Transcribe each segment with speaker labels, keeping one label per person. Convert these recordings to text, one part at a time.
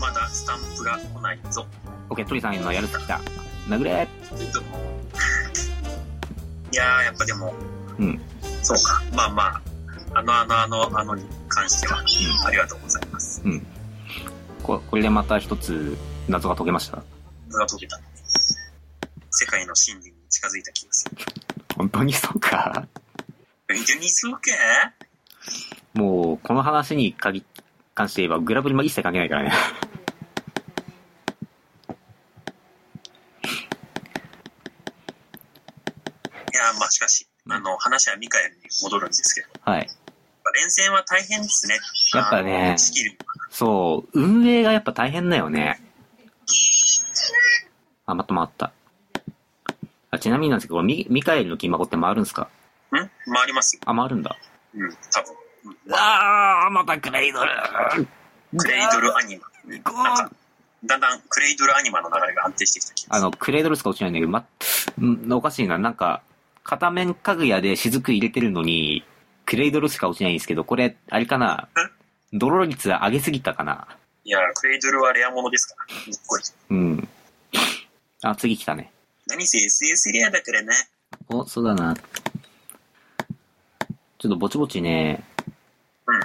Speaker 1: まだスタンプが来ないぞ。
Speaker 2: オッケー、鳥さん今やるときた。殴れ
Speaker 1: えっといやー、やっぱでも、
Speaker 2: うん。
Speaker 1: そうか。まあまあ、あのあのあのあのに関しては、ありがとうございます。
Speaker 2: うん。ここれでまた一つ謎が解けました。
Speaker 1: 謎が解けた。世界の真理に近づいた気がする。
Speaker 2: 本当にそうか。
Speaker 1: 勉強にするけ
Speaker 2: もう、この話に限関して言えば、グラブリも一切関係ないからね。
Speaker 1: いやー、まあしかし、あの、話はミカエルに戻るんですけど、やっ
Speaker 2: はい。
Speaker 1: ぱ連戦は大変ですね。
Speaker 2: やっぱね
Speaker 1: あの仕切る。
Speaker 2: そう、運営がやっぱ大変だよね。あ、また回った。あちなみになんですけど、ミミカエルの金箱って回るんですか
Speaker 1: ん回りますよ。
Speaker 2: あ、回るんだ。
Speaker 1: うん、多分。うん
Speaker 2: ああ、またクレイドル
Speaker 1: クレイドルアニマ。なんか、だんだんクレイドルアニマの流れが安定してきた気が
Speaker 2: あ
Speaker 1: する。
Speaker 2: の、クレードルしか落ちないんだけど、ま、んおかしいな。なんか、片面かぐやで雫入れてるのに、クレードルしか落ちないんですけど、これ、あれかなドロー率上げすぎたかない
Speaker 1: やー、クレイドルはレアものですから。にっこり。
Speaker 2: うん。あ、次来たね。
Speaker 1: 何せ SS レアだからね。
Speaker 2: お、そうだな。ちょっとぼちぼちね、
Speaker 1: うん。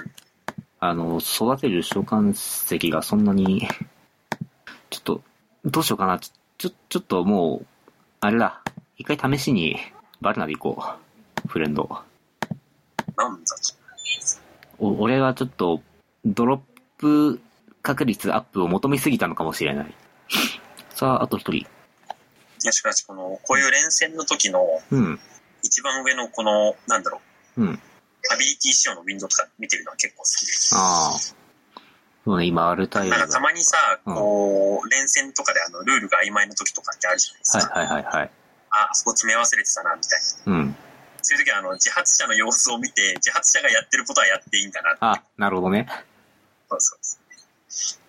Speaker 2: あの、育てる召喚石がそんなに、ちょっと、どうしようかな。ちょ、ちょ、ちょっともう、あれだ。一回試しに、バルナで行こう。フレンド。
Speaker 1: なんだと。
Speaker 2: お俺はちょっと、ドロップ確率アップを求めすぎたのかもしれない。 さあ、あと一人。
Speaker 1: いや、しかし、この、こういう連戦の時の、
Speaker 2: うん、
Speaker 1: 一番上のこの、なんだろう、
Speaker 2: うん。
Speaker 1: アビリティ仕様のウィンドウとか見てるのは結構好きで。
Speaker 2: ああ。そうね、今、アルタイルが。
Speaker 1: なんかた
Speaker 2: は
Speaker 1: まにさ、
Speaker 2: うん
Speaker 1: こう、連戦とかであの、ルールが曖昧な時とかってあるじゃないですか。
Speaker 2: いはいはいはい。
Speaker 1: あ、あそこ詰め忘れてたな、みたいな。
Speaker 2: うん。
Speaker 1: そういう時は、あの、自発者の様子を見て、自発者がやってることはやっていいんだなって。
Speaker 2: あ、なるほどね。
Speaker 1: そうそうそう。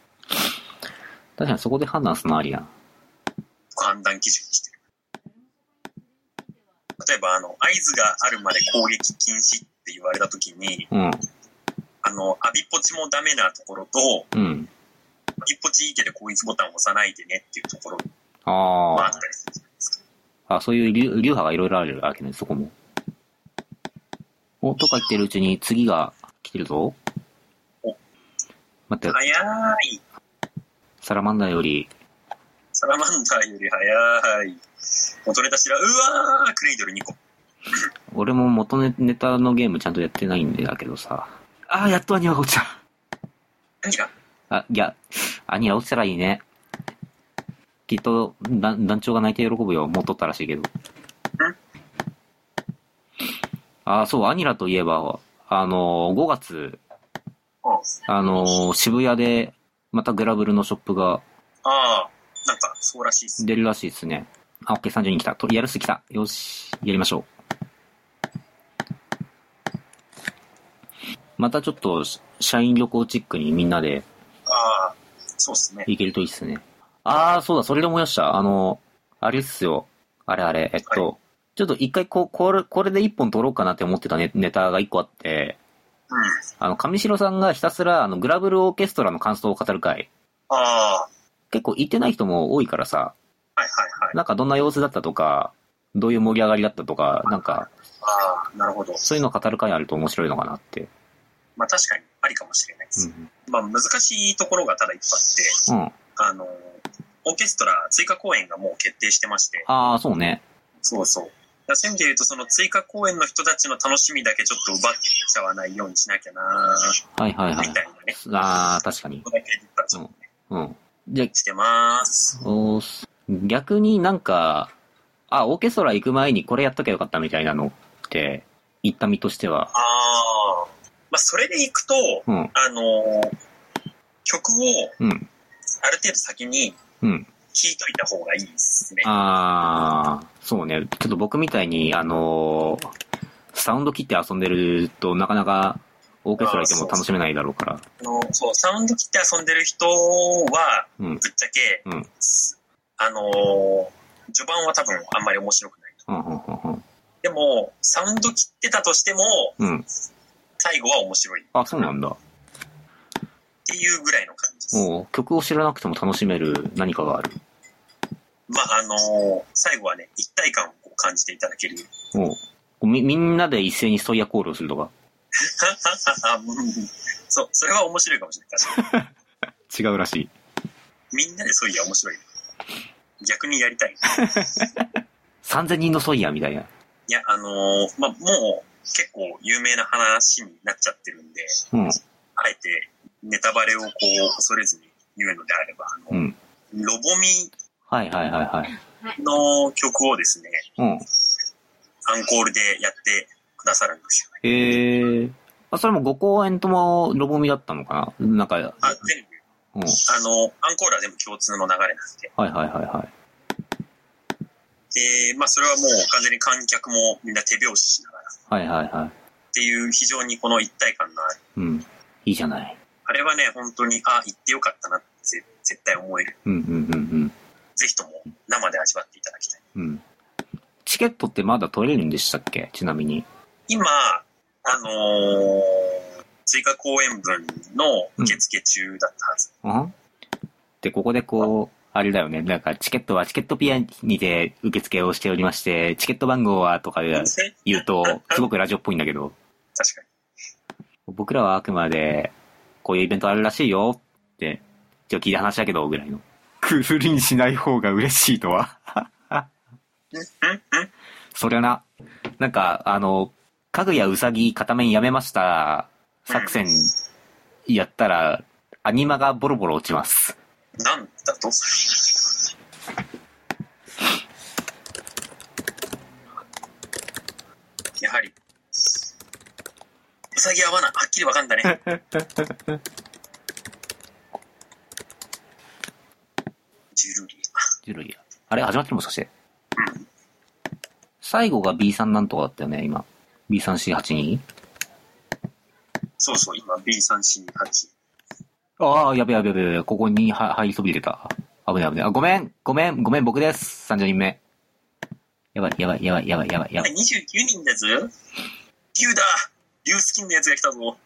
Speaker 2: 確かにそこで判断するのありや。
Speaker 1: 判断基準にしてる。例えば、あの、合図があるまで攻撃禁止って言われた時に、
Speaker 2: うん、
Speaker 1: あの、アビポチもダメなところと、
Speaker 2: うん。
Speaker 1: 一歩ちいいけで攻撃ボタンを押さないでねっていうところ
Speaker 2: あ
Speaker 1: もあ
Speaker 2: あ
Speaker 1: った。りするじゃないですか。
Speaker 2: あ、そういう流流派がいろいろあるわけね、そこも。お、とか言ってるうちに次が来てるぞ。
Speaker 1: お
Speaker 2: 待って、
Speaker 1: 早い。
Speaker 2: サラマンダーより、
Speaker 1: サラマンダーより早い。元ネタ知らん。うわークレイドル2個。
Speaker 2: 俺も元ネネタのゲームちゃんとやってないんだけどさ。あー、やっとアニラが落ちた。
Speaker 1: 何が
Speaker 2: あ、いや、アニラ落ちたらいいね。きっと、団団長が泣いて喜ぶよ。もう取ったらしいけど。あー、そう、アニラといえば、あのー、5月、
Speaker 1: あ
Speaker 2: あのー、渋谷で、またグラブルのショップが
Speaker 1: あー、なんか、そうらしいっす。
Speaker 2: 出るらしいですね。あ、OK30 人来た。とやる人来た。よし、やりましょう。またちょっと、し社員旅行チックにみんなで
Speaker 1: ああ、そうっすね。
Speaker 2: 行けるといいっすね。あー、そうだ、それで思い出した。あの、あれっすよ。あれあれ、えっと、ちょっと一回こ、これ、これで一本取ろうかなって思ってたネネタが一個あって、
Speaker 1: うん。
Speaker 2: あの、上白さんがひたすら、あの、グラブルオーケストラの感想を語る回。
Speaker 1: ああー、
Speaker 2: 結構行ってない人も多いからさ、
Speaker 1: はいはいはい。
Speaker 2: なんかどんな様子だったとか、どういう盛り上がりだったとか、なんか、
Speaker 1: ああ、なるほど。
Speaker 2: そういうのを語る会あると面白いのかなって。
Speaker 1: まあ確かに、ありかもしれないです。
Speaker 2: ん。
Speaker 1: まあ難しいところがただいっぱいあって、
Speaker 2: うん。
Speaker 1: あの、オーケストラ追加公演がもう決定してまして、
Speaker 2: ああ、そうね。
Speaker 1: そうそう。だからそういう意味で言うと、その追加公演の人たちの楽しみだけちょっと奪っちゃわないようにしなきゃな
Speaker 2: はいはいは
Speaker 1: み
Speaker 2: い
Speaker 1: た。いなね。
Speaker 2: ああ、確かに
Speaker 1: そ。こだけ立派に
Speaker 2: うん。じゃ
Speaker 1: してます。
Speaker 2: あ、おー逆になんか、あ、オーケストラ行く前にこれやっときゃよかったみたいなのって、言った身としては。
Speaker 1: ああ。まあ、それで行くと、
Speaker 2: うん。
Speaker 1: あのー曲を
Speaker 2: うん。
Speaker 1: ある程度先に
Speaker 2: うん。
Speaker 1: 聴いといた方がいいですね。
Speaker 2: ああ、そうね。ちょっと僕みたいに、あのーサウンド切って遊んでるとなかなかオーケストラ行っても楽しめないだろうから。
Speaker 1: あのそう、サウンド切って遊んでる人は、
Speaker 2: う
Speaker 1: ぶ
Speaker 2: ん。
Speaker 1: っちゃけ、
Speaker 2: うん
Speaker 1: すあのー序盤は多分あんまり面白くない。
Speaker 2: うん、うん、うん
Speaker 1: でも、サウンド切ってたとしても、
Speaker 2: うん。うん。
Speaker 1: 最後は面白い。
Speaker 2: あ、そうなんだ。
Speaker 1: っていうぐらいの感じです。
Speaker 2: おう曲を知らなくても楽しめる何かがある。
Speaker 1: まあ、あのー最後はね、一体感をこう感じていただける。
Speaker 2: おうみ、みんなで一斉にストイヤコールをするとか。
Speaker 1: うんそう、それは面白いかもしれない。確かに。
Speaker 2: 違うらしい。
Speaker 1: みんなでそういや面白い。逆にやりた い。
Speaker 2: 3000人のソイヤみたいな。
Speaker 1: いや、あのーまあ、もう結構有名な話になっちゃってるんで、
Speaker 2: うん。
Speaker 1: あえてネタバレをこう恐れずに言うのであれば、あ
Speaker 2: う
Speaker 1: の
Speaker 2: ん。
Speaker 1: ロボミ
Speaker 2: はいはいはいはい。
Speaker 1: の曲をですね、
Speaker 2: うん。
Speaker 1: アンコールでやってくださるんですよ。
Speaker 2: へえ。あ、それも5公演ともロボミだったのかななんか、うん。
Speaker 1: あ全部あの、アンコールは全部共通の流れなんで。
Speaker 2: はいはいはいはい。
Speaker 1: で、まあ、それはもう完全に観客もみんな手拍子しながらっ
Speaker 2: はいはいはい。
Speaker 1: ていう非常にこの一体感のある。
Speaker 2: うん。いいじゃない。
Speaker 1: あれはね、本当に、あ、行ってよかったなってぜ絶対思える。
Speaker 2: うんうんうん
Speaker 1: ぜひとも生で味わっていただきたい。
Speaker 2: うん。うん。チケットってまだ取れるんでしたっけちなみに。
Speaker 1: 今、あのー追加公演分の受付中だったはず。
Speaker 2: うんで、ここでこう、あれだよね。なんか、チケットはチケットピアにて受付をしておりまして、チケット番号はとか
Speaker 1: 確
Speaker 2: 言うと、すごくラジオっぽいんだけど、
Speaker 1: かに。
Speaker 2: 僕らはあくまで、こういうイベントあるらしいよって、一応聞いた話だけど、ぐらいの。くふりにしない方が嬉しいとは。
Speaker 1: うんうん
Speaker 2: そりゃな。なんか、あの、家具やウサギ片面やめました。作戦、やったら、アニマがボロボロ落ちます。
Speaker 1: なんだとやはり、うさぎ合わな、はっきりわかんだね。ジュルリ
Speaker 2: ジュルリア。あれ始まってるもしかして。最後が B3 なんとかだったよね、今。B3C82?
Speaker 1: ア。そうそう、今 B3C8。
Speaker 2: ああ、やべやべやべやべ、ここには入りそびれた。危ない危ない。あ、ごめん、ごめん、ごめん、僕です。30人目。やばい、やばい、やばい、やばい、やばい、やばい。
Speaker 1: 29人だぞ。竜だ竜スキンのやつが来たぞ。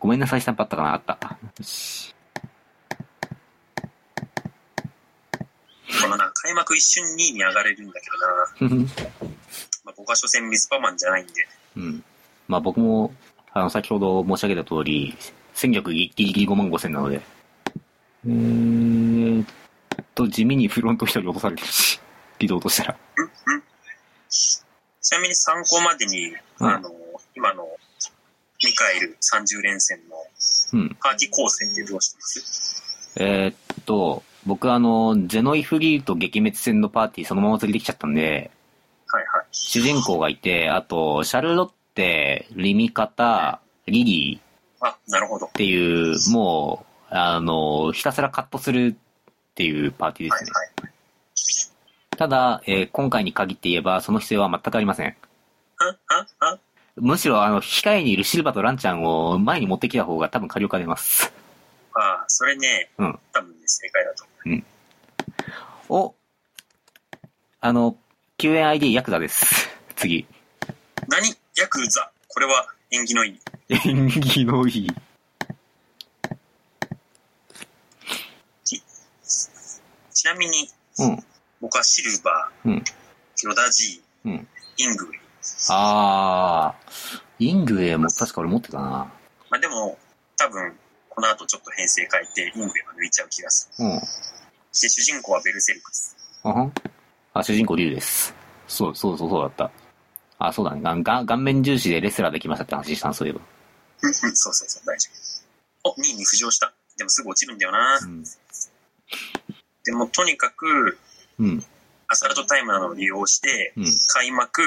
Speaker 2: ごめんなさい、スタンプあったかなあった。 よし。
Speaker 1: このな、開幕一瞬2位に上がれるんだけどな。
Speaker 2: ふふ
Speaker 1: まあ、僕は所詮ミスパマンじゃないんで。
Speaker 2: うん。まあ僕も、あの、先ほど申し上げた通り、戦力ギリギリ5万5千なので。えーっと、地味にフロント一人落とされてるし、 リド落としたら。
Speaker 1: ちなみに参考までに、
Speaker 2: うん
Speaker 1: あの、今のミカエル30連戦の
Speaker 2: うん。
Speaker 1: パーティー構成ってどうしてます
Speaker 2: えーっと、僕あの、ゼノイフリーと撃滅戦のパーティーそのまま連れてきちゃったんで、
Speaker 1: はいはい。
Speaker 2: 主人公がいて、あと、シャルロッテ、リミカタ、リリーっ
Speaker 1: あ、なるほど。
Speaker 2: ていう、もう、あの、ひたすらカットするっていうパーティーで
Speaker 1: はい
Speaker 2: す
Speaker 1: は
Speaker 2: ね。
Speaker 1: い。
Speaker 2: ただ、えー今回に限って言えば、その必要は全くありません。
Speaker 1: あ、あ、あ、
Speaker 2: むしろ、あの、控えにいるシルバとランちゃんを前に持ってきた方が多分火力が出ます。
Speaker 1: あ、それね、
Speaker 2: うん
Speaker 1: 多分ね、正解だと思う。
Speaker 2: おあの、救援 ID ヤクザです。次。
Speaker 1: 何ヤクザ。これは縁起のいい。
Speaker 2: 演技のいい。
Speaker 1: ちなみに、
Speaker 2: うん。
Speaker 1: 僕はシルバー、
Speaker 2: うん
Speaker 1: ヨダジー、
Speaker 2: うん
Speaker 1: イングウェイ。
Speaker 2: あー。イングエも確か俺持ってたな。
Speaker 1: まあでも、多分、この後ちょっと編成変えて、イングウェイは抜いちゃう気がする。
Speaker 2: うん。
Speaker 1: で、主人公はベルセルクです。
Speaker 2: あはん。あ、主人公竜です。そう、そうそうそうだった。あ、そうだね。がんがん顔面重視でレスラーできましたって話したん、そういえば。
Speaker 1: うんうんそうそうそう、大丈夫。お、2位に浮上した。でもすぐ落ちるんだよな。
Speaker 2: うん。
Speaker 1: でもとにかく、
Speaker 2: うん。
Speaker 1: アサルトタイムなどを利用して、
Speaker 2: うん。
Speaker 1: 開幕、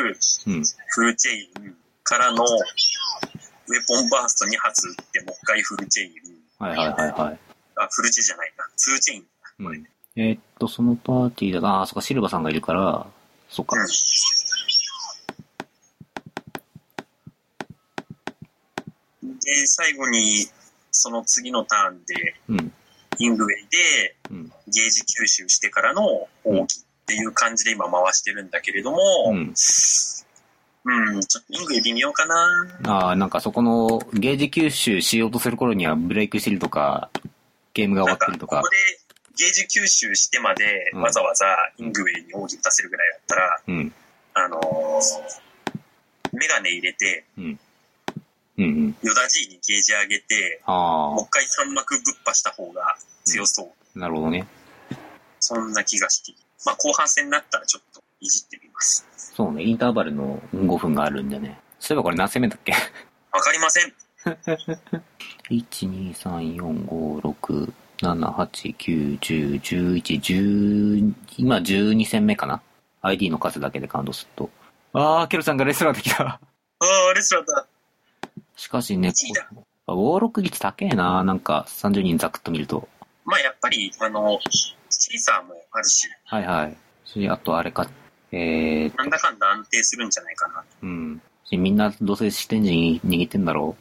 Speaker 2: うん。
Speaker 1: フルチェインからの、ウェポンバースト2発打って、もう一回フルチェイン。
Speaker 2: はいはいはいはい。
Speaker 1: あ、フルチェじゃないな。ツーチェイン。
Speaker 2: うん、えーっと、そのパーティーだな、あ、そっか、シルバさんがいるから、そっか
Speaker 1: うん。。で、最後に、その次のターンで、
Speaker 2: うん。
Speaker 1: イングウェイで、
Speaker 2: うん。
Speaker 1: ゲージ吸収してからの奥義っていう感じで今回してるんだけれども、
Speaker 2: う
Speaker 1: うん
Speaker 2: ん。
Speaker 1: うん、ちょっとイングイ微妙かな。
Speaker 2: ああ、なんかそこのゲージ吸収しようとする頃にはブレイクしてるとか、ゲームが終
Speaker 1: なん
Speaker 2: わって
Speaker 1: か、
Speaker 2: ると
Speaker 1: こ
Speaker 2: か
Speaker 1: こ。でゲージ吸収してまで、
Speaker 2: うん
Speaker 1: わざわざイングウェイに奥義打たせるぐらいだったら、
Speaker 2: うん。
Speaker 1: あのーメガネ入れて、
Speaker 2: うんうん。
Speaker 1: ヨダ G にゲージ上げて、
Speaker 2: あ
Speaker 1: もう一回三幕ぶっ破した方が強そう。
Speaker 2: あ、なるほどね。
Speaker 1: そんな気がして。まあ、後半戦になったらちょっといじってみます。
Speaker 2: そうね、インターバルの5分があるんでね。そういえばこれ何戦目だっけ
Speaker 1: わかりません。
Speaker 2: ?1,2,3,4,5,6,7,8,9,10,11,10今12戦目かな ?ID の数だけでカウントすると。ああ、ケロさんがレスラーできた。
Speaker 1: ああ、レスラーだ。
Speaker 2: しかしね、
Speaker 1: 一位だ
Speaker 2: こあウォーロック率高えな。なんか30人ざくっと見ると。
Speaker 1: まあ、やっぱり、あの、シーサーもあるし、
Speaker 2: はいはい。し、あとあれか、えー、
Speaker 1: なんだかんだ安定するんじゃないかな。
Speaker 2: うん。しみんなどうせ視点人握ってんだろ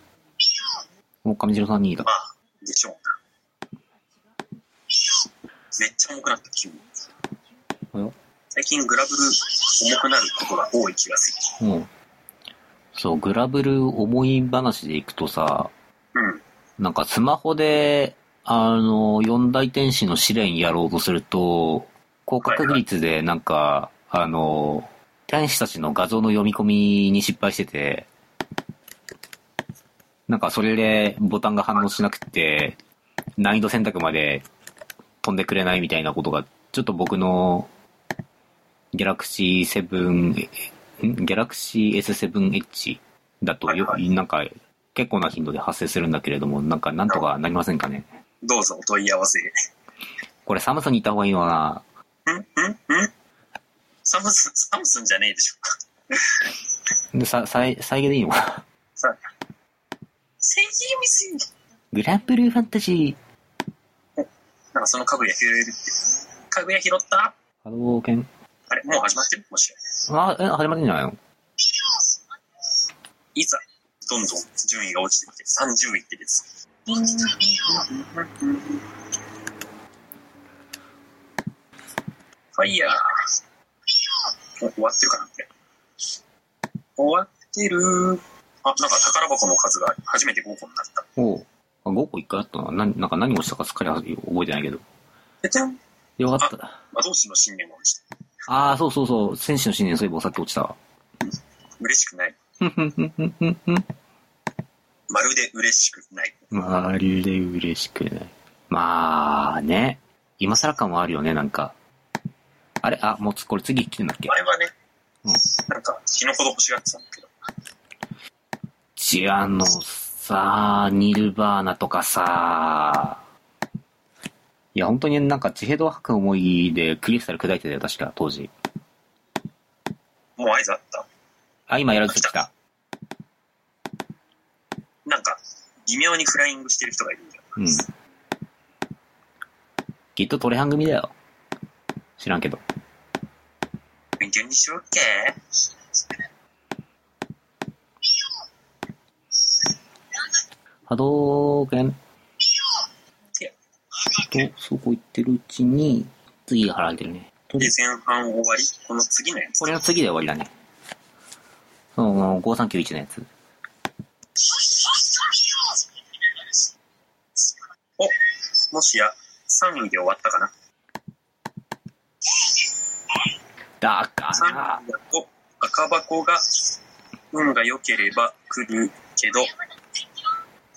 Speaker 2: う。もう上白さん2位だ
Speaker 1: ま。あ、でしょうな。めっちゃ重くなった、急に
Speaker 2: おや。
Speaker 1: 最近グラブル重くなることが多い気がする。
Speaker 2: うん。そう、グラブル思い話でいくとさ、
Speaker 1: うん。
Speaker 2: なんかスマホで、あの、四大天使の試練やろうとすると、高確率でなんか、あの、天使たちの画像の読み込みに失敗してて、なんかそれでボタンが反応しなくて、難易度選択まで飛んでくれないみたいなことが、ちょっと僕のギャラクシー7、んギャラクシー S7H だとよ、
Speaker 1: はい
Speaker 2: なんか結構な頻度で発生するんだけれども、なんかなんとかなりませんかね。
Speaker 1: どうぞお問い合わせ。ん
Speaker 2: これ寒さに行った方がいいのか
Speaker 1: んんサムスン、サムスンじゃねえでしょうか。
Speaker 2: なでさ、再、再現でいいのかな
Speaker 1: セイギーミスイ
Speaker 2: グランプルファンタジー、
Speaker 1: なんかその家具屋拾えるって。家具屋拾った
Speaker 2: 波動拳。
Speaker 1: あれ、もう始まってるもしかして
Speaker 2: あ、え、始まってんじゃないの
Speaker 1: いざ、どんどん順位が落ちてきて、30位ってです。ファイヤー。お終わってるかなって。終わってるあ、なんか宝箱の数が初めて5個になった。
Speaker 2: おうあ、5個1回あったな。な、なんか何をしたかすっかり覚えてないけど。
Speaker 1: ぺちゃん。
Speaker 2: よかった。
Speaker 1: 魔導士の信念が落ちた。
Speaker 2: ああ、そうそうそう。戦士の信念、そういえばさっき落ちたわ。
Speaker 1: 嬉しくない。
Speaker 2: ふんふんふんふんふんふん。
Speaker 1: まるで嬉しくない。
Speaker 2: まるで嬉しくない。まあね。今更感はあるよね、なんか。あれあ、もうつこれ次来てんだっけ
Speaker 1: 前はね、
Speaker 2: うん
Speaker 1: なんか死ぬほど欲しがってたんだけど。
Speaker 2: チアノさ、ニルバーナとかさ、いや、本当になんか地平道を吐く思いでクリスタル砕いてたよ、確か、当時。
Speaker 1: もう合図あった
Speaker 2: あ、今やらず来た。
Speaker 1: なんか、微妙にフライングしてる人がいるんだよ。
Speaker 2: うん。きっとトレハン組だよ。知らんけど。
Speaker 1: 勉強にしろっけ
Speaker 2: 波動拳
Speaker 1: いや
Speaker 2: と、そこ行ってるうちに、次が払えてるね。
Speaker 1: で、前半終わりこの次のやつ
Speaker 2: こ。れの次で終わりだね。その、5391のやつ。
Speaker 1: おもしや、3位で終わったかな
Speaker 2: だから
Speaker 1: ?3 位だと、赤箱が、運が良ければ来るけど、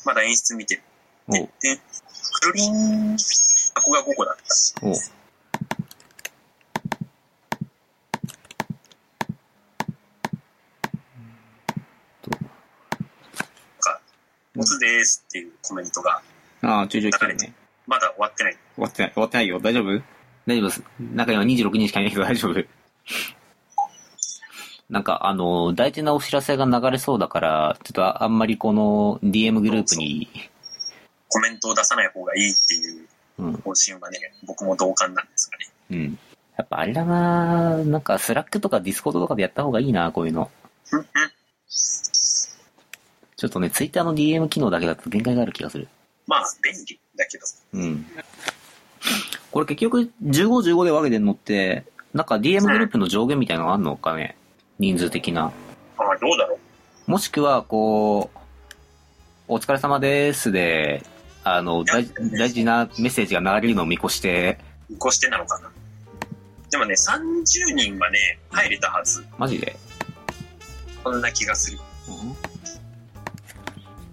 Speaker 1: まだ演出見てる。
Speaker 2: おう
Speaker 1: で、くるりん。箱が5個だった。
Speaker 2: おう
Speaker 1: ボツですっていうコメントが、
Speaker 3: ああ、中々来てるね。
Speaker 1: まだ終わってない。
Speaker 3: 終わってない、終わってないよ。大丈夫
Speaker 2: 大丈夫です。中には26人しかいないけど大丈夫。なんか、あの、大事なお知らせが流れそうだから、ちょっとああんまりこの DM グループに、
Speaker 1: コメントを出さない方がいいっていう
Speaker 2: うん、
Speaker 1: 方針はね、僕も同感なんですがね。
Speaker 2: うん。やっぱあれだななんか、スラックとかディスコードとかでやった方がいいなこういうの。
Speaker 1: うんうん。
Speaker 2: ちょっとね、ツイッターの DM 機能だけだと限界がある気がする。
Speaker 1: まあ、便利だけど。
Speaker 2: うん。これ結局、15、15で分けてんのって、なんか DM グループの上限みたいなのがあんのかね人数的な。
Speaker 1: あああ、どうだろう。
Speaker 2: もしくは、こう、お疲れ様ですで、あの、大事大事なメッセージが流れるのを見越して、
Speaker 1: 見越してなのかな。でもね、30人はね、入れたはず。
Speaker 2: マジで、
Speaker 1: こんな気がする。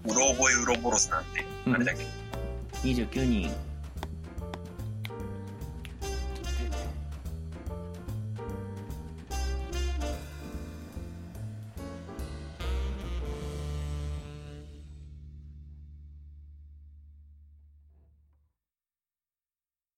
Speaker 2: うん、
Speaker 1: うろ覚えうろぼろすなんて、
Speaker 2: うん
Speaker 1: あれだけど。
Speaker 2: 29人